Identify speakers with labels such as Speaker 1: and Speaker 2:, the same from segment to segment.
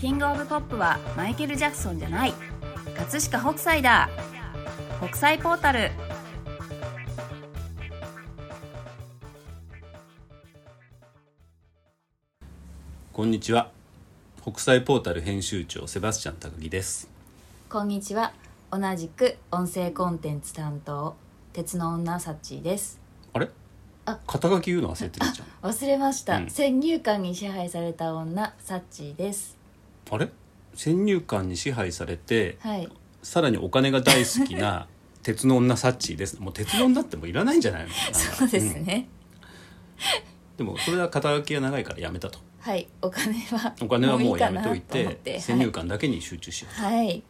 Speaker 1: キングオブポップはマイケル・ジャクソンじゃない葛飾北斎だ国際ポータル
Speaker 2: こんにちは国際ポータル編集長セバスチャン高木です
Speaker 1: こんにちは同じく音声コンテンツ担当鉄の女サッチーです
Speaker 2: あれ
Speaker 1: あ
Speaker 2: 肩書き言うの忘れてるじゃん
Speaker 1: 忘れました、
Speaker 2: うん
Speaker 1: 先入観に支配された女サッチーです
Speaker 2: あれ先入観に支配されて
Speaker 1: はい
Speaker 2: さらにお金が大好きな鉄の女サッチーですもう鉄の女ってもういらないんじゃないの
Speaker 1: そうです、ね、
Speaker 2: うんでもそれは肩書きが長いからやめたと
Speaker 1: はいお金は
Speaker 2: お金はもうやめとい
Speaker 1: もういいかなと思
Speaker 2: て
Speaker 1: って
Speaker 2: 先入観だけに集中しよ
Speaker 1: はい、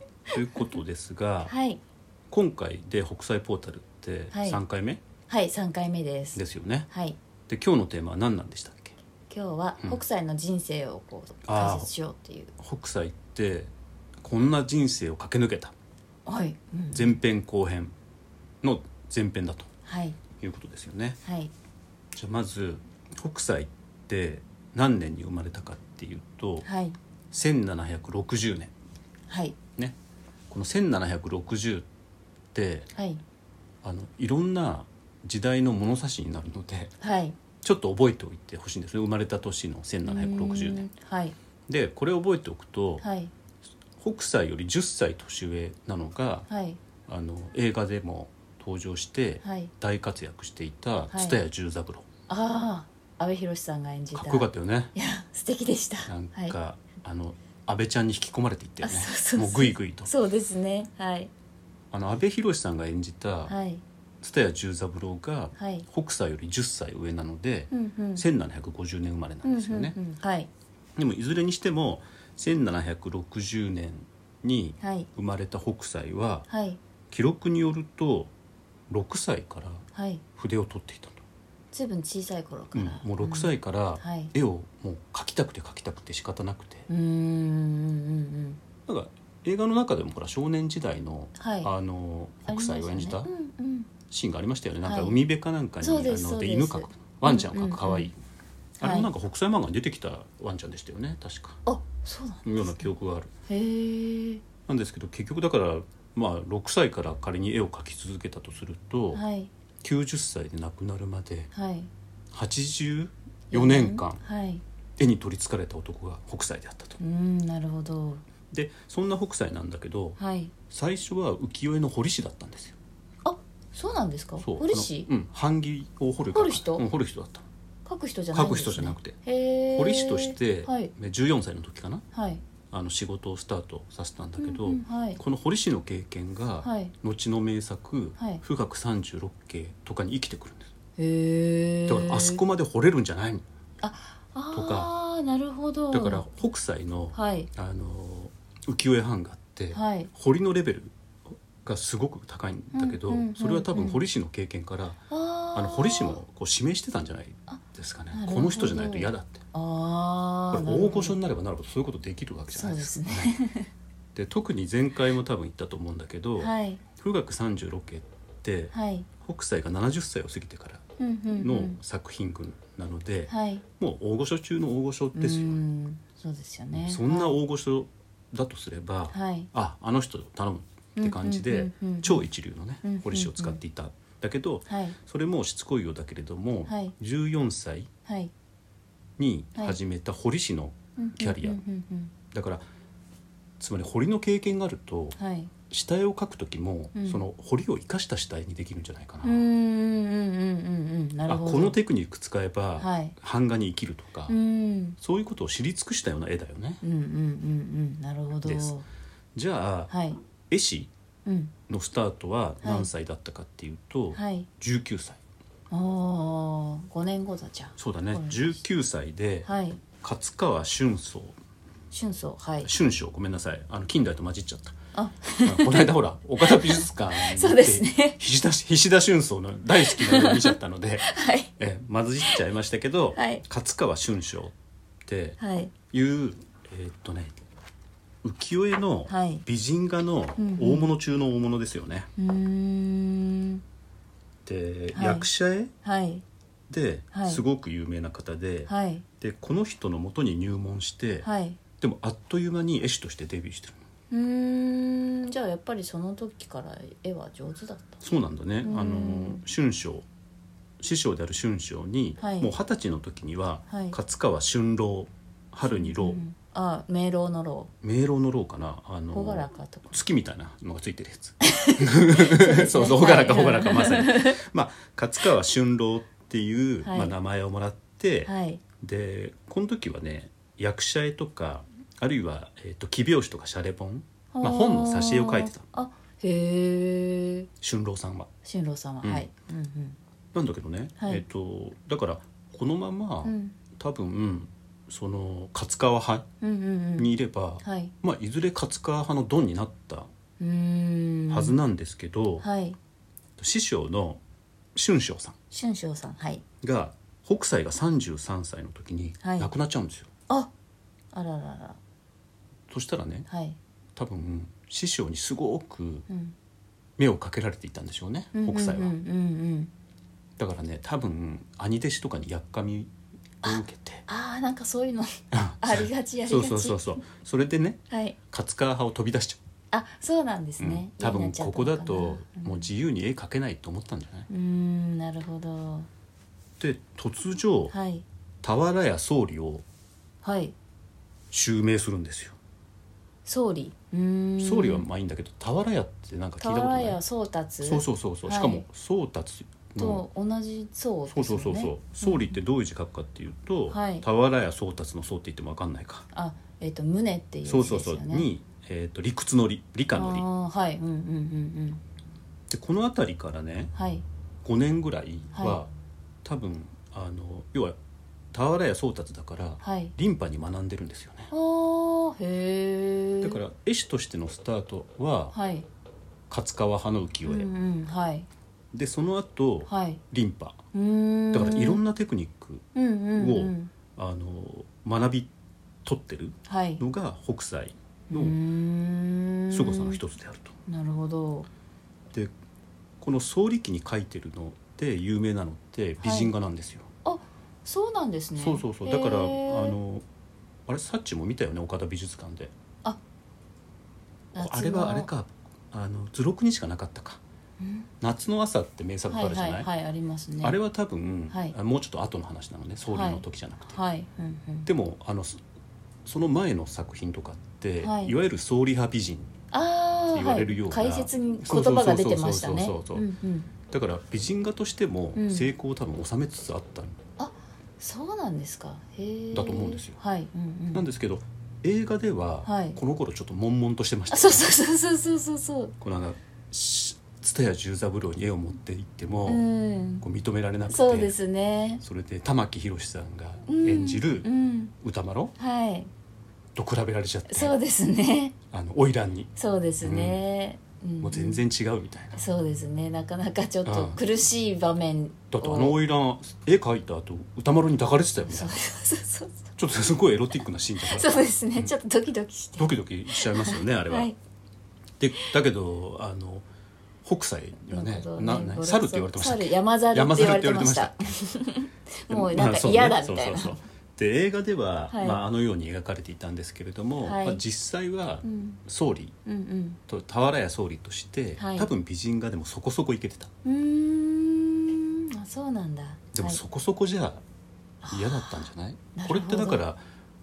Speaker 2: うということですが、
Speaker 1: はい
Speaker 2: 今回で国際ポータルって
Speaker 1: はい
Speaker 2: 3回目
Speaker 1: はい、三回目です。
Speaker 2: ですよね、
Speaker 1: はい、
Speaker 2: で今日のテーマは何なんでしたっけ
Speaker 1: 今日は
Speaker 2: うん
Speaker 1: 北斎の人生をこう
Speaker 2: あー
Speaker 1: 解説しようっていう。
Speaker 2: 北斎ってこんな人生を駆け抜けた
Speaker 1: はい、うん
Speaker 2: 前編後編の前編だと
Speaker 1: はい、
Speaker 2: いうことですよね
Speaker 1: はい、
Speaker 2: じゃあまず北斎って何年に生まれたかっていうと
Speaker 1: はい、
Speaker 2: 1760年
Speaker 1: はい、
Speaker 2: ねこの1760って
Speaker 1: はい、
Speaker 2: あのいろんな時代の物差しになるので
Speaker 1: はい。
Speaker 2: ちょっと覚えておいてほしいんですね生まれた年の
Speaker 1: う
Speaker 2: 1760
Speaker 1: ーん
Speaker 2: 年。
Speaker 1: はい、
Speaker 2: でこれを覚えておくと、
Speaker 1: はい、
Speaker 2: 北斎より10歳年上なのが
Speaker 1: はい、
Speaker 2: あの映画でも登場して
Speaker 1: はい。
Speaker 2: 大活躍してい
Speaker 1: い
Speaker 2: た蔦屋十三郎、
Speaker 1: ああ、阿部寛さんが演じた。
Speaker 2: かっこよかったよね
Speaker 1: いや、素敵でした。
Speaker 2: なんか、
Speaker 1: はい、
Speaker 2: あの安倍ちゃんに引き込まれていったよね
Speaker 1: あそうそうそう
Speaker 2: もうグイグイと
Speaker 1: そうですね。はい、
Speaker 2: あの安倍寛さんが演じた
Speaker 1: はい、
Speaker 2: 蔦屋十三郎が
Speaker 1: はい。
Speaker 2: 北斎より10歳上なので、
Speaker 1: うんうん。
Speaker 2: 1750年生まれなんですよね、
Speaker 1: うんうんうんはい、
Speaker 2: でもいずれにしても1760年に
Speaker 1: はい、
Speaker 2: 生まれた北斎は
Speaker 1: はい、
Speaker 2: 記録によると6歳から
Speaker 1: はい。
Speaker 2: 筆を取っていたと、
Speaker 1: ずいぶん小さい頃か
Speaker 2: うん
Speaker 1: ら。
Speaker 2: もう6歳から、
Speaker 1: うん。はい。
Speaker 2: 絵をもう描きたくて描きたくて仕方なくて、
Speaker 1: うーん、うん、うん、うん。
Speaker 2: なんか映画の中でもほら少年時代の、
Speaker 1: はい。
Speaker 2: あの北斎を演じた
Speaker 1: ありましたねうん
Speaker 2: シーンがありましたよね、なん
Speaker 1: は
Speaker 2: か
Speaker 1: い
Speaker 2: 海辺かなんかに、
Speaker 1: そうで
Speaker 2: あ
Speaker 1: すそ
Speaker 2: の
Speaker 1: うで
Speaker 2: です犬描くワンちゃんを
Speaker 1: うんうんう
Speaker 2: 描く
Speaker 1: ん
Speaker 2: かわいい、あれ
Speaker 1: は
Speaker 2: も
Speaker 1: い
Speaker 2: なんか北斎漫画に出てきたワンちゃんでしたよね確か
Speaker 1: うん、あそうなん
Speaker 2: ような記憶がある
Speaker 1: へえ
Speaker 2: なんですけど結局だからまあ6歳から仮に絵を描き続けたとすると、
Speaker 1: はい
Speaker 2: 90歳で亡くなるまで
Speaker 1: はい
Speaker 2: 84年間
Speaker 1: はい
Speaker 2: 絵に取りつかれた男が北斎であったと
Speaker 1: うーんなるほど
Speaker 2: でそんな北斎なんだけど
Speaker 1: はい
Speaker 2: 最初は浮世絵の彫り師だったんですよ
Speaker 1: あそうなんですか
Speaker 2: そう
Speaker 1: 彫り師
Speaker 2: あのうん版木を彫る
Speaker 1: 彫る人
Speaker 2: うん、彫る人だった
Speaker 1: 書く人じゃない
Speaker 2: 描
Speaker 1: んで
Speaker 2: く
Speaker 1: す、ね、
Speaker 2: 人じゃなくて
Speaker 1: へえ
Speaker 2: 彫り師として、
Speaker 1: はい
Speaker 2: 14歳の時かな
Speaker 1: はい
Speaker 2: あの仕事をスタートさせたんだけ
Speaker 1: う
Speaker 2: ど、
Speaker 1: んうんはい
Speaker 2: この彫り師の経験が、
Speaker 1: はい
Speaker 2: 後の名作「
Speaker 1: はい
Speaker 2: 富岳三十六景」とかに生きてくるんです
Speaker 1: へえ
Speaker 2: だからあそこまで彫れるんじゃないの
Speaker 1: と
Speaker 2: と
Speaker 1: かあーなるほど
Speaker 2: だから北斎の,、
Speaker 1: はい
Speaker 2: あの浮世絵版画って、
Speaker 1: はい
Speaker 2: 彫りのレベルがすごく高いんだけど、
Speaker 1: うんうんうんうん
Speaker 2: それは多分彫り師の経験から
Speaker 1: あー
Speaker 2: あの堀氏もこう指名してたんじゃないですかね
Speaker 1: あなるほど
Speaker 2: この人じゃないと嫌だって
Speaker 1: あ
Speaker 2: こ
Speaker 1: あ
Speaker 2: れ大御所になればなるほどそういうことできるわけじゃ
Speaker 1: そ
Speaker 2: な
Speaker 1: う
Speaker 2: い
Speaker 1: で
Speaker 2: です
Speaker 1: す
Speaker 2: か
Speaker 1: ね
Speaker 2: で特に前回も多分言ったと思うんだけど「
Speaker 1: はい
Speaker 2: 富岳三十六景」って
Speaker 1: はい
Speaker 2: 北斎が70歳を過ぎてから
Speaker 1: うんうんうん
Speaker 2: の作品群なので、
Speaker 1: はい
Speaker 2: もう大御所中の大御所ですよ
Speaker 1: うー、んそうですよね
Speaker 2: そんな大御所だとすれば、
Speaker 1: はい
Speaker 2: ああの人頼むって感じで、
Speaker 1: うんうんうんうん
Speaker 2: 超一流のね
Speaker 1: うんうんうん
Speaker 2: 堀氏を使っていた、だけど
Speaker 1: はい
Speaker 2: それもしつこいようだけれども、
Speaker 1: はい
Speaker 2: 14歳
Speaker 1: はい
Speaker 2: に始めた堀氏の、キャリア
Speaker 1: うんうんうん
Speaker 2: だからつまり堀の経験があると
Speaker 1: うんはい
Speaker 2: 下絵を描く時も、
Speaker 1: うん
Speaker 2: その堀を生かした下絵にできるんじゃないかな、
Speaker 1: うんうんうんうんうんなる
Speaker 2: あ
Speaker 1: ほど
Speaker 2: このテクニック使えば、
Speaker 1: はい
Speaker 2: 版画に生きるとか、
Speaker 1: うんうん
Speaker 2: そういうことを知り尽くしたような絵だよね、
Speaker 1: うんうんうんなるほど
Speaker 2: ですじゃあ、
Speaker 1: はい
Speaker 2: 絵師
Speaker 1: うん
Speaker 2: のスタートは何歳だったかっていうと、
Speaker 1: はい
Speaker 2: 19歳
Speaker 1: おお五年後だじゃん
Speaker 2: そうだね
Speaker 1: はい
Speaker 2: 19歳で
Speaker 1: はい
Speaker 2: 勝川春草
Speaker 1: 春草はい
Speaker 2: 春章ごめんなさいあの近代と混じっちゃった
Speaker 1: あ
Speaker 2: うんこの間 ほら岡田美術館
Speaker 1: そうですね
Speaker 2: 菱田菱田俊草の大好きなのを見ちゃったの で
Speaker 1: はい
Speaker 2: え混じっちゃいましたけど、
Speaker 1: はい
Speaker 2: 勝川春章って
Speaker 1: はい
Speaker 2: いうえーっとね浮世絵の
Speaker 1: はい
Speaker 2: 美人画の
Speaker 1: うんうん
Speaker 2: 大物中の大物ですよね。
Speaker 1: うーん
Speaker 2: で、
Speaker 1: はい
Speaker 2: 役者絵
Speaker 1: はい
Speaker 2: で
Speaker 1: はい
Speaker 2: すごく有名な方で,、
Speaker 1: はい
Speaker 2: でこの人のもとに入門して、
Speaker 1: はい
Speaker 2: でもあっという間に絵師としてデビューしてるの
Speaker 1: うーんじゃあやっぱりその時から絵は上手だった
Speaker 2: そうなんだね、
Speaker 1: うん
Speaker 2: あの春章師匠である春章に、
Speaker 1: はい
Speaker 2: もう二十歳の時には、
Speaker 1: はい
Speaker 2: 勝川春郎春に
Speaker 1: う
Speaker 2: 郎、
Speaker 1: んあ明朗の朗
Speaker 2: 明朗の郎かなあの
Speaker 1: 朗らかとか
Speaker 2: 月みたいなのがついて るやつそうそう朗らか
Speaker 1: はい
Speaker 2: 朗らかまさにまあ勝川春郎っていう、
Speaker 1: はい
Speaker 2: まあ、名前をもらって、
Speaker 1: はい
Speaker 2: でこの時はね役者絵とかあるいは、えー、と奇拍子とかシャレ本まあ本の挿絵を描いてた
Speaker 1: あへえ
Speaker 2: 春郎さんは。
Speaker 1: 新郎さんは、
Speaker 2: うん
Speaker 1: はい、うんうん
Speaker 2: なんだけどね、
Speaker 1: はい
Speaker 2: えっとだからこのまま、
Speaker 1: うん
Speaker 2: 多分その勝川派
Speaker 1: うんうんうん
Speaker 2: にいれば、
Speaker 1: はい
Speaker 2: まあ、いずれ勝川派のドンになった
Speaker 1: うーん
Speaker 2: はずなんですけど、
Speaker 1: はい
Speaker 2: 師匠の春章さん
Speaker 1: 春章さんはい
Speaker 2: が北斎が33歳の時に
Speaker 1: はい
Speaker 2: 亡くなっちゃうんですよ。
Speaker 1: ああららら
Speaker 2: そしたらね
Speaker 1: はい
Speaker 2: 多分師匠にすごく
Speaker 1: うん
Speaker 2: 目をかけられていたんでしょうね北斎は。
Speaker 1: うんうんうんうん
Speaker 2: だからね多分兄弟子とかにやっかみを受けて
Speaker 1: ああなんかそういうの ありがちやり
Speaker 2: そ
Speaker 1: が
Speaker 2: う
Speaker 1: ち
Speaker 2: そうそうそうそれでね
Speaker 1: はい
Speaker 2: 勝川派を飛び出しちゃう。
Speaker 1: あそうなんです
Speaker 2: うん
Speaker 1: ね、
Speaker 2: 多
Speaker 1: 嫌にな
Speaker 2: 分
Speaker 1: っちゃ
Speaker 2: こ
Speaker 1: った
Speaker 2: こ
Speaker 1: のかな
Speaker 2: だともう自由に絵描けないと思ったんじゃない、
Speaker 1: うんうーんなるほど
Speaker 2: で突如
Speaker 1: はい
Speaker 2: 俵屋総理を
Speaker 1: はい
Speaker 2: 襲名するんですよ
Speaker 1: 総理うーん
Speaker 2: 総理はまあいいんだけど俵屋ってなんか聞いたこと
Speaker 1: 俵
Speaker 2: ない
Speaker 1: 屋宗達
Speaker 2: そうそうそうそう、
Speaker 1: はい
Speaker 2: しかも宗達の
Speaker 1: と同じ層です
Speaker 2: そ
Speaker 1: よ
Speaker 2: う
Speaker 1: ね
Speaker 2: そうそうそう、総理ってどういう字書くかっていうと、
Speaker 1: はい
Speaker 2: 俵屋宗達の宗って言っても分かんないか、
Speaker 1: あえっ、と胸っていう字
Speaker 2: そうそうそう、
Speaker 1: ですよね
Speaker 2: に、えー、と理屈の理理科の理
Speaker 1: あーはいうんうんうんうん
Speaker 2: でこの辺りからね
Speaker 1: はい
Speaker 2: 5年ぐらいは、
Speaker 1: は
Speaker 2: 多分あの要は俵屋宗達だから
Speaker 1: はい
Speaker 2: リンパに学んでるんですよね
Speaker 1: あーへえ
Speaker 2: だから絵師としてのスタートは
Speaker 1: はい
Speaker 2: 勝川派の浮世
Speaker 1: うん
Speaker 2: 絵、
Speaker 1: うんはい
Speaker 2: でその後
Speaker 1: はい
Speaker 2: リンパ
Speaker 1: うーん
Speaker 2: だからいろん
Speaker 1: な
Speaker 2: なテクニック
Speaker 1: うんうんうん
Speaker 2: あの学び取ってる
Speaker 1: はい
Speaker 2: のが北斎
Speaker 1: うー
Speaker 2: の
Speaker 1: ん
Speaker 2: 凄さの一つであると。
Speaker 1: なるほど
Speaker 2: でこの総理記に書いてるので有名なのって美人画なんですよ。
Speaker 1: そうなんですね
Speaker 2: そうそうそうだからあ
Speaker 1: へー
Speaker 2: のあれサッチも見たよね岡田美術館で。
Speaker 1: 夏の
Speaker 2: あれはあれかあの図録にしかなかったか
Speaker 1: うん
Speaker 2: 「夏の朝」って名作が
Speaker 1: は
Speaker 2: あ
Speaker 1: い
Speaker 2: るじゃな、
Speaker 1: はいいはいありますね
Speaker 2: あれは多分、
Speaker 1: はい
Speaker 2: あもうちょっと後の話なのね総理の時じゃなくて、
Speaker 1: はいうんうん
Speaker 2: でもあのそその前の作品とかって、
Speaker 1: はい
Speaker 2: い、わゆる総理派美人
Speaker 1: ああ
Speaker 2: 言われるような
Speaker 1: 解説に言葉が出てましたね
Speaker 2: そうそうそうそうそうそう
Speaker 1: うんうん
Speaker 2: だから美人画としても
Speaker 1: うん
Speaker 2: 成功を多分収めつつあったん
Speaker 1: そうなんですかへえ
Speaker 2: だと思うんですよ
Speaker 1: はい、うんうん、
Speaker 2: なんですけど映画では、
Speaker 1: はい
Speaker 2: この頃ちょっと悶々としてました
Speaker 1: あ
Speaker 2: よね
Speaker 1: そうそうそうそうそうそう
Speaker 2: このなんか蔦屋十三郎に絵を持って行っても、
Speaker 1: うん
Speaker 2: こう認められなくて
Speaker 1: そうですね
Speaker 2: それで玉木宏さんが
Speaker 1: うん
Speaker 2: 演じる
Speaker 1: うん
Speaker 2: 歌丸
Speaker 1: はい
Speaker 2: と比べられちゃって、
Speaker 1: そうですね
Speaker 2: あの花魁に
Speaker 1: そうですね、うん
Speaker 2: もう全然違うみたいな。
Speaker 1: そうですねなかなかちょっと
Speaker 2: うん
Speaker 1: 苦しい場面
Speaker 2: だってあの花魁絵描いた後歌丸に抱かれてたよね
Speaker 1: そうそうそうそ
Speaker 2: ちょっとすごいエロティックなシーンだか
Speaker 1: う
Speaker 2: ら
Speaker 1: そうですね、
Speaker 2: うん
Speaker 1: ちょっとドキドキして
Speaker 2: ドキドキしちゃいますよねあれは、
Speaker 1: はい
Speaker 2: でだけどあの北斎には
Speaker 1: な
Speaker 2: ね
Speaker 1: るほど
Speaker 2: なな猿って言われてましたっけ
Speaker 1: 猿山猿って言われてました もうなんか嫌だみたいな、
Speaker 2: まあそうねそうそうそうで映画では、
Speaker 1: はい
Speaker 2: まあ、あのように描かれていたんですけれども、
Speaker 1: はい
Speaker 2: まあ、実際は
Speaker 1: うん
Speaker 2: 総理
Speaker 1: うん
Speaker 2: と俵屋総理として、
Speaker 1: はい
Speaker 2: 多分美人画でもそこそこいけてた
Speaker 1: うんうーんあそうなんだ
Speaker 2: でも
Speaker 1: はい
Speaker 2: そこそこじゃ嫌だったんじゃない、
Speaker 1: なる
Speaker 2: こ
Speaker 1: ほ
Speaker 2: れ
Speaker 1: ど
Speaker 2: ってだから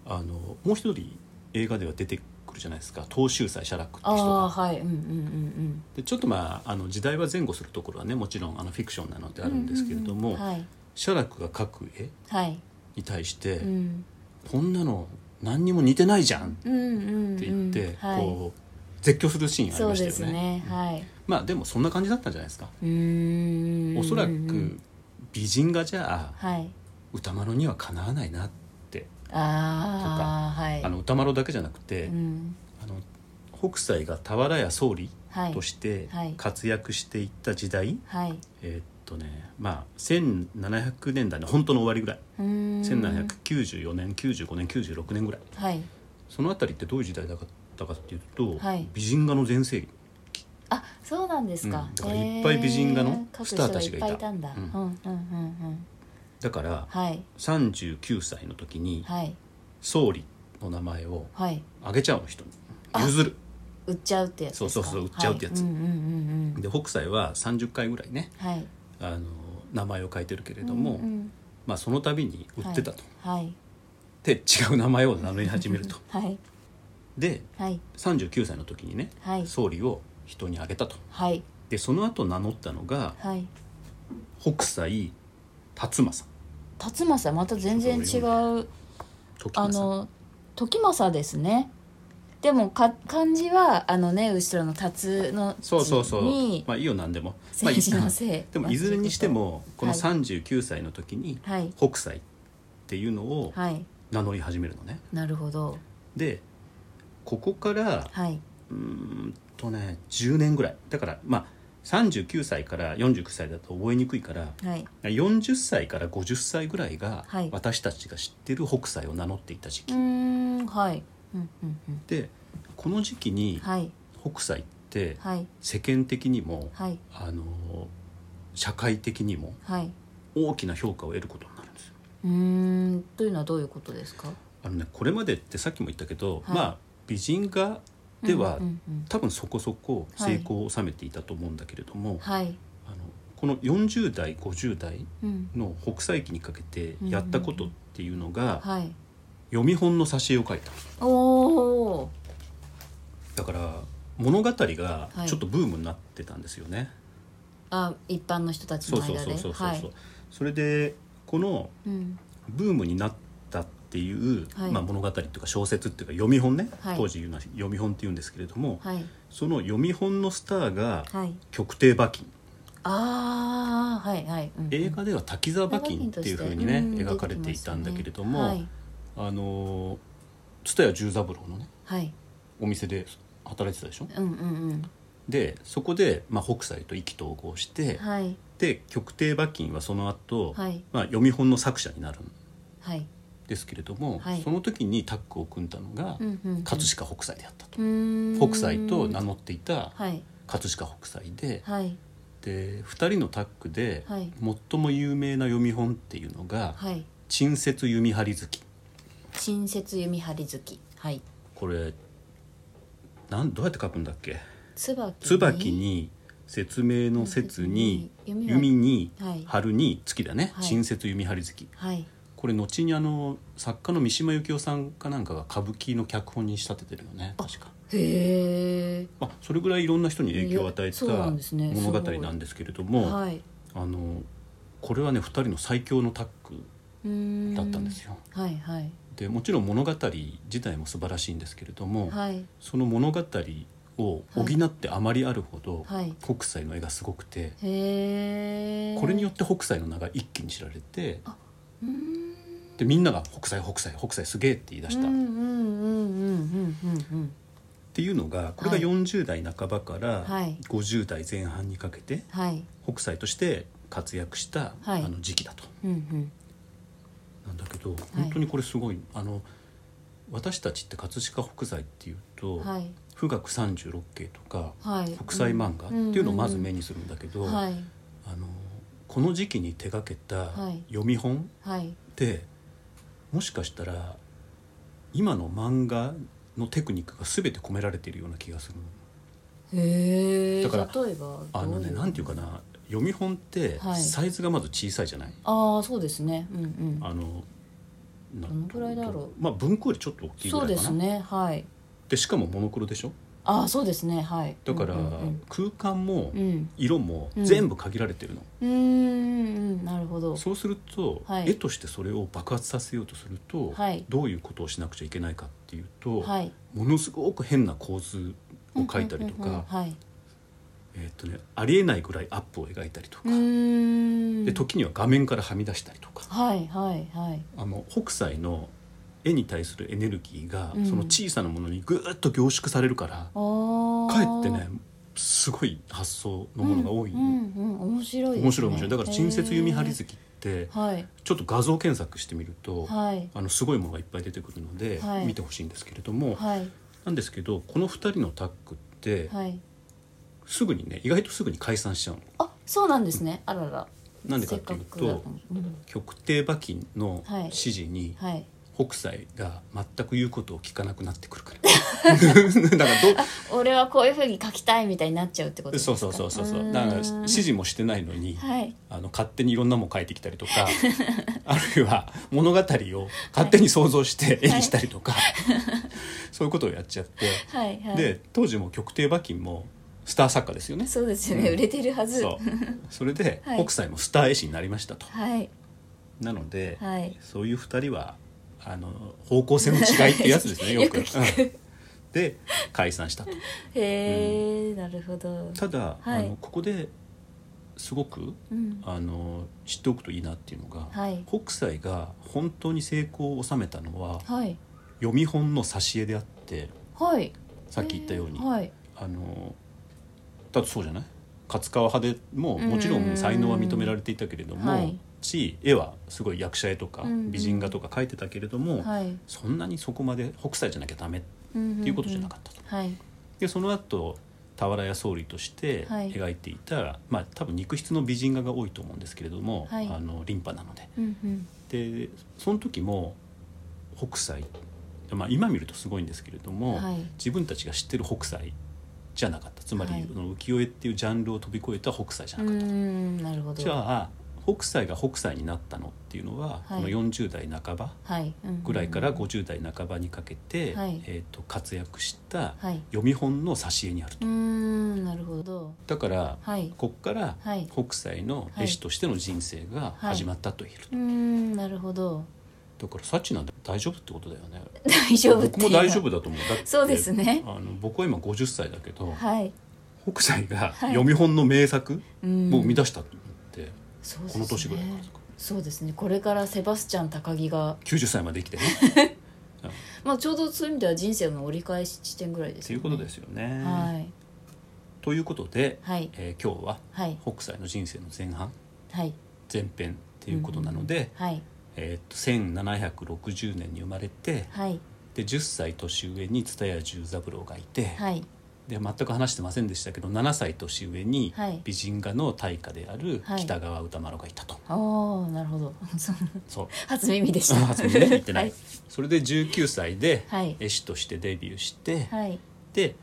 Speaker 2: あのもう一人映画では出てくるじゃないですか東秀斎写楽って
Speaker 1: あ
Speaker 2: 人
Speaker 1: あ
Speaker 2: が
Speaker 1: はいうんうんうん
Speaker 2: でちょっとまああの時代は前後するところはねもちろんあのフィクションなので
Speaker 1: うん
Speaker 2: あるんですけれど
Speaker 1: う
Speaker 2: も、
Speaker 1: んうんはい
Speaker 2: 写楽が描く絵
Speaker 1: はい、
Speaker 2: に対して、
Speaker 1: うん、
Speaker 2: こんなの何にも似てないじゃんっ
Speaker 1: うんうんうん
Speaker 2: て言って、
Speaker 1: はい、
Speaker 2: こう絶叫するシーンあり
Speaker 1: そう
Speaker 2: ましたよ
Speaker 1: で
Speaker 2: ね
Speaker 1: すねはい
Speaker 2: まあでもそんな感じだったんじゃないですか、
Speaker 1: うーん
Speaker 2: おそらく美人画じゃあ
Speaker 1: はい
Speaker 2: 歌丸にはかなわないなって、
Speaker 1: ああはい
Speaker 2: あの歌丸だけじゃなくて、
Speaker 1: うん
Speaker 2: あの北斎が俵屋総理
Speaker 1: はい
Speaker 2: として
Speaker 1: はい
Speaker 2: 活躍していった時代、
Speaker 1: はい
Speaker 2: えーっとねまあ1700年代の本当の終わりぐらい、
Speaker 1: うーん
Speaker 2: 1794年95年96年ぐらい
Speaker 1: はい
Speaker 2: そのあたりってどういう時代だったかっていうと、
Speaker 1: はい
Speaker 2: 美人画の全盛期
Speaker 1: あそうなんですか、
Speaker 2: うんだからいっぱい美人画の
Speaker 1: へー
Speaker 2: スターたちがい
Speaker 1: 各人いっぱ
Speaker 2: た
Speaker 1: いいたんだ、う
Speaker 2: うん
Speaker 1: ん、うんうんうん
Speaker 2: だから
Speaker 1: はい
Speaker 2: 39歳の時に
Speaker 1: はい
Speaker 2: 総理っの名前を
Speaker 1: はい
Speaker 2: あげちゃうの人に
Speaker 1: あ
Speaker 2: 譲る
Speaker 1: 売っちゃうってやつですか
Speaker 2: そうそうそう売っちゃうってやつ
Speaker 1: はい、うんうんうんうん
Speaker 2: で北斎は30回ぐらいね
Speaker 1: はい
Speaker 2: あの名前を変えてるけれど
Speaker 1: うん
Speaker 2: も、
Speaker 1: うん
Speaker 2: まあ、その度に売ってたと、
Speaker 1: はい
Speaker 2: で違う名前を名乗り始めると
Speaker 1: はい
Speaker 2: で
Speaker 1: はい
Speaker 2: 39歳の時にね、
Speaker 1: はい
Speaker 2: 総理を人にあげたと
Speaker 1: はい
Speaker 2: でその後名乗ったのが
Speaker 1: はい
Speaker 2: 北斎辰政
Speaker 1: 辰政また全然違う
Speaker 2: 時
Speaker 1: あ
Speaker 2: 政
Speaker 1: の時政ですねでもか漢字はあのね後ろの辰の字
Speaker 2: そうそうそう
Speaker 1: に
Speaker 2: まあいいよ何でも、まあ、
Speaker 1: 政治のせい、
Speaker 2: でもいずれにしてもこの
Speaker 1: はい
Speaker 2: 39歳の時に
Speaker 1: はい
Speaker 2: 北斎っていうのを
Speaker 1: はい
Speaker 2: 名乗り始めるのね
Speaker 1: なるほど
Speaker 2: でここから
Speaker 1: はいう
Speaker 2: ーんとね10年ぐらいだからまあ39歳から49歳だと覚えにくいから
Speaker 1: はい
Speaker 2: 40歳から50歳ぐらいが
Speaker 1: はい
Speaker 2: 私たちが知ってる北斎を名乗っていた時
Speaker 1: う
Speaker 2: 期、
Speaker 1: ーんはいうんうんうん
Speaker 2: でこの時期に
Speaker 1: はい
Speaker 2: 北斎って
Speaker 1: はい
Speaker 2: 世間的にも、
Speaker 1: はい
Speaker 2: あの社会的にも
Speaker 1: はい
Speaker 2: 大きな評価を得ることになるんですよ
Speaker 1: うーんというのはどういうことですか
Speaker 2: あのねこれまでってさっきも言ったけど、
Speaker 1: はい
Speaker 2: まあ美人画では、
Speaker 1: うんうんうん
Speaker 2: 多分そこそこ成功を収めていたと思うんだけれども、
Speaker 1: はい、
Speaker 2: あのこの40代50代
Speaker 1: うん、
Speaker 2: の北斎期にかけてやったことっていうのが、
Speaker 1: はい
Speaker 2: 読み本の挿絵を描いた
Speaker 1: おお
Speaker 2: だから物語が
Speaker 1: はい
Speaker 2: ちょっとブームになってたんですよね、
Speaker 1: あ一般の人たち
Speaker 2: そう
Speaker 1: の
Speaker 2: そう
Speaker 1: 間
Speaker 2: そう
Speaker 1: で
Speaker 2: そうそうそう、
Speaker 1: はい
Speaker 2: それでこの
Speaker 1: うん
Speaker 2: ブームになったっていう、
Speaker 1: はい
Speaker 2: まあ、物語っていうか小説っていうか読み本ね、
Speaker 1: はい
Speaker 2: 当時言うのは読み本っていうんですけれども、
Speaker 1: はい
Speaker 2: その読み本のスターが
Speaker 1: はい
Speaker 2: 極低馬琴
Speaker 1: ああはいはい、うんうん
Speaker 2: 映画では滝沢馬琴っていうふうにね
Speaker 1: うん
Speaker 2: 描かれていたんだけれども、
Speaker 1: はい、
Speaker 2: あの蔦屋十三郎のね
Speaker 1: はい、
Speaker 2: お店で働いてたでしょ
Speaker 1: うんうん
Speaker 2: でそこで、まあ、北斎と意気投合し
Speaker 1: う
Speaker 2: て、
Speaker 1: んはい
Speaker 2: で極低馬琴はその後、
Speaker 1: はい
Speaker 2: まあ読み本の作者になるん
Speaker 1: はい
Speaker 2: ですけれども、
Speaker 1: はい
Speaker 2: その時にタッグを組んだのが、
Speaker 1: うんうんうん
Speaker 2: 葛飾北斎であったと、
Speaker 1: うーん
Speaker 2: 北斎と名乗っていた
Speaker 1: はい
Speaker 2: 葛飾北斎で、
Speaker 1: はい
Speaker 2: で2人のタッグで、
Speaker 1: はい
Speaker 2: 最も有名な読み本っていうのが「
Speaker 1: はい
Speaker 2: 陳説弓張月
Speaker 1: 新雪弓張り月はい」
Speaker 2: これなんどうやって書くんだっけ
Speaker 1: 椿
Speaker 2: 椿に説明の説に
Speaker 1: うん
Speaker 2: 弓に
Speaker 1: はい
Speaker 2: 春に月だね
Speaker 1: はい
Speaker 2: 陳説弓張月
Speaker 1: はい
Speaker 2: これ後にあの作家の三島由紀夫さんかなんかが歌舞伎の脚本に仕立ててるよね確か
Speaker 1: へえ
Speaker 2: あそれぐらいいろんな人に影響を与え
Speaker 1: いや
Speaker 2: た
Speaker 1: そうなんですね
Speaker 2: 物語なんですけれども
Speaker 1: はい
Speaker 2: あのこれはね2人の最強のタッグ
Speaker 1: うーん
Speaker 2: だったんですよ
Speaker 1: はいはい
Speaker 2: でもちろん物語自体も素晴らしいんですけれども
Speaker 1: はい
Speaker 2: その物語を補ってあまりあるほど、
Speaker 1: はい
Speaker 2: 北斎の絵がすごくて、
Speaker 1: へえ
Speaker 2: これによって北斎の名が一気に知られて
Speaker 1: うーん
Speaker 2: でみんなが「北斎北斎北斎すげえ」って言い出した、
Speaker 1: うん
Speaker 2: っ
Speaker 1: うんうんうんうんうんうん
Speaker 2: ていうのがこれが
Speaker 1: はい
Speaker 2: 40代半ばから
Speaker 1: はい
Speaker 2: 50代前半にかけて
Speaker 1: はい
Speaker 2: 北斎として活躍した、
Speaker 1: はい
Speaker 2: あの時期だと。
Speaker 1: うんうん
Speaker 2: なんだけど本当にこれすごい、あの私たちって葛飾北斎っていうと「
Speaker 1: はい
Speaker 2: 富岳三十六景」とか
Speaker 1: はい
Speaker 2: 北斎漫画っていうのをまず目にするんだけど。
Speaker 1: うんうんうんはい
Speaker 2: あのこの時期に手掛けた
Speaker 1: はい
Speaker 2: 読み本
Speaker 1: はい
Speaker 2: って、もしかしたら今の漫画のテクニックが全て込められているような気がする
Speaker 1: へえ
Speaker 2: だから
Speaker 1: 例えば
Speaker 2: あのねなんていうかな読み本って
Speaker 1: はい
Speaker 2: サイズがまず小さいじゃない、
Speaker 1: ああそうですねうんうん
Speaker 2: あのな
Speaker 1: どのくらいだろう
Speaker 2: まあ文庫よりちょっと大きいぐ
Speaker 1: そう
Speaker 2: らい
Speaker 1: で
Speaker 2: かな
Speaker 1: すねはい
Speaker 2: でしかもモノクロでしょ
Speaker 1: ああそうですねはい
Speaker 2: だから
Speaker 1: うんうん
Speaker 2: 空間も
Speaker 1: うん
Speaker 2: 色も
Speaker 1: うん
Speaker 2: 全部限られてるの、
Speaker 1: うんうんうんなるほど
Speaker 2: そうすると、
Speaker 1: はい
Speaker 2: 絵としてそれを爆発させようとすると、
Speaker 1: はい
Speaker 2: どういうことをしなくちゃいけないかっていうと、
Speaker 1: はい
Speaker 2: ものすごく変な構図を描いたりと
Speaker 1: うんうんうん
Speaker 2: か、
Speaker 1: はい
Speaker 2: えーっとね、ありえないぐらいアップを描いたりとか、
Speaker 1: うーん
Speaker 2: で時には画面からはみ出したりとか
Speaker 1: はいはいはい
Speaker 2: あの北斎の絵に対するエネルギーが、
Speaker 1: うん
Speaker 2: その小さなものにぐーっと凝縮されるから
Speaker 1: ああ
Speaker 2: かえってねすごい発想のものが多い、
Speaker 1: うんうんうん面白いですね
Speaker 2: 面白い面白いだから「陳説弓張月」って
Speaker 1: はい
Speaker 2: ちょっと画像検索してみると、
Speaker 1: はい
Speaker 2: あのすごいものがいっぱい出てくるので、
Speaker 1: はい
Speaker 2: 見てほしいんですけれども、
Speaker 1: はい
Speaker 2: なんですけどこの2人のタッグって、
Speaker 1: はい
Speaker 2: すぐにね意外とすぐに解散しちゃうの。
Speaker 1: あそうなんですねあらら
Speaker 2: なんでかっていう
Speaker 1: せっかくだ
Speaker 2: と
Speaker 1: たのにうん
Speaker 2: 極低馬琴の
Speaker 1: はい
Speaker 2: 指示に
Speaker 1: はい
Speaker 2: 北斎が全く言うことを聞かなくなってくるか らだから
Speaker 1: 俺はこういうふうに書きたいみたいになっちゃうってこと
Speaker 2: ど
Speaker 1: ですか
Speaker 2: そうそうそうそうそう
Speaker 1: ーん
Speaker 2: だから指示もしてないのに、
Speaker 1: はい
Speaker 2: あの勝手にいろんなもん書いてきたりとか あるいは物語を勝手に想像して絵にした りとか、そういうことをやっちゃって、
Speaker 1: はいはい
Speaker 2: で当時も極低馬琴もスター作家ですよね
Speaker 1: そうですよね、
Speaker 2: うん
Speaker 1: 売れてるはず
Speaker 2: そうそれで、
Speaker 1: はい
Speaker 2: 北斎もスター絵師になりましたと
Speaker 1: はい
Speaker 2: なので、
Speaker 1: はい
Speaker 2: そういう二人はあの方向性の違いってやつですねよく
Speaker 1: よく聞
Speaker 2: うんで解散したと
Speaker 1: へえ、なるほど、
Speaker 2: ただ、
Speaker 1: はい
Speaker 2: あのここですごく
Speaker 1: うん、
Speaker 2: あの知っておくといいなっていうのが、
Speaker 1: はい
Speaker 2: 北斎が本当に成功を収めたのは
Speaker 1: はい
Speaker 2: 読み本の挿絵であって
Speaker 1: はい
Speaker 2: さっき言ったように、
Speaker 1: えーはい
Speaker 2: あのだってそうじゃない勝川派でも
Speaker 1: うん
Speaker 2: もちろん才能は認められていたけれども、
Speaker 1: はい
Speaker 2: し絵はすごい役者絵とか
Speaker 1: うん
Speaker 2: 美人画とか描いてたけれども、
Speaker 1: はい
Speaker 2: そんなにそこまで北斎じゃなきゃダメっ
Speaker 1: って
Speaker 2: いうことじゃなかったと。
Speaker 1: たはい
Speaker 2: でその後俵屋総理として
Speaker 1: はい
Speaker 2: 描いていた、まあ多分肉筆の美人画が多いと思うんですけれども、
Speaker 1: はい
Speaker 2: あのリンパなので
Speaker 1: うんうん
Speaker 2: でその時も北斎、まあ、今見るとすごいんですけれども、
Speaker 1: はい
Speaker 2: 自分たちが知ってる北斎じゃなかったつまり、
Speaker 1: はい
Speaker 2: その浮世絵っていうジャンルを飛び越えた北斎じゃ
Speaker 1: う
Speaker 2: なかった、
Speaker 1: んなるほど
Speaker 2: じゃあ北斎が北斎になったのっていうのは、
Speaker 1: はい
Speaker 2: この40代半ば
Speaker 1: はい
Speaker 2: ぐらいから
Speaker 1: 五
Speaker 2: 50代半ばにかけて、
Speaker 1: はい
Speaker 2: えー、と活躍した
Speaker 1: はい
Speaker 2: 読み本の挿絵にあると、
Speaker 1: うんなるほど
Speaker 2: だから、
Speaker 1: はい
Speaker 2: こっから
Speaker 1: はい
Speaker 2: 北斎の絵師としての人生が始まったと言える、
Speaker 1: うんなるほど
Speaker 2: だからサチなんて大丈夫ってことだよね
Speaker 1: 大丈夫って
Speaker 2: 僕も大丈夫だと思うだって
Speaker 1: そうですね
Speaker 2: あの僕は今50歳だけど、
Speaker 1: はい
Speaker 2: 北斎が
Speaker 1: はい
Speaker 2: 読み本の名作
Speaker 1: うん
Speaker 2: を生み出したって、
Speaker 1: そうです
Speaker 2: こ
Speaker 1: ね
Speaker 2: の年ぐらいからですか
Speaker 1: そうですねこれからセバスチャン高木が、
Speaker 2: 90歳まで生きてね
Speaker 1: まあ、ちょうどそういう意味では人生の折り返し地点ぐらいです
Speaker 2: ということですすよね。
Speaker 1: はい
Speaker 2: ということで、
Speaker 1: はい
Speaker 2: えー今日は
Speaker 1: はい
Speaker 2: 北斎の人生の前半
Speaker 1: はい
Speaker 2: 前編っていうことなので、
Speaker 1: はい
Speaker 2: えー、と1760年に生まれて
Speaker 1: はい
Speaker 2: で10歳年上に蔦屋十三郎がいて、
Speaker 1: はい
Speaker 2: で全く話してませんでしたけど7歳年上に
Speaker 1: はい
Speaker 2: 美人画の大家である
Speaker 1: はい
Speaker 2: 北川歌丸がいたと。
Speaker 1: おーなるほどそう
Speaker 2: そう
Speaker 1: 初耳でし
Speaker 2: あ
Speaker 1: た
Speaker 2: 初めね言ってない、
Speaker 1: はい
Speaker 2: それで19歳で
Speaker 1: はい
Speaker 2: 絵師としてデビューして、
Speaker 1: はい
Speaker 2: で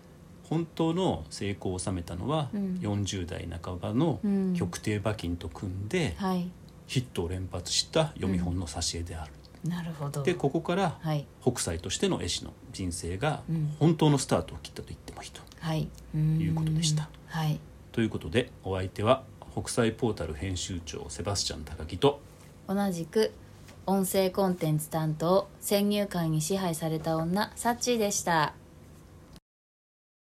Speaker 2: 本当の成功を収めたのは
Speaker 1: うん
Speaker 2: 40代半ばの
Speaker 1: うん
Speaker 2: 極低馬琴と組んで
Speaker 1: はい
Speaker 2: ヒットを連発した読み本の挿絵である、
Speaker 1: なるほど
Speaker 2: でここから
Speaker 1: はい
Speaker 2: 北斎としての絵師の人生が
Speaker 1: うん
Speaker 2: 本当のスタートを切ったと言ってもいいと。
Speaker 1: はいと
Speaker 2: い
Speaker 1: いう
Speaker 2: ことでした
Speaker 1: はい
Speaker 2: ということでお相手は北斎ポータル編集長セバスチャン高木と
Speaker 1: 同じく音声コンテンツ担当先入観に支配された女サッチーでした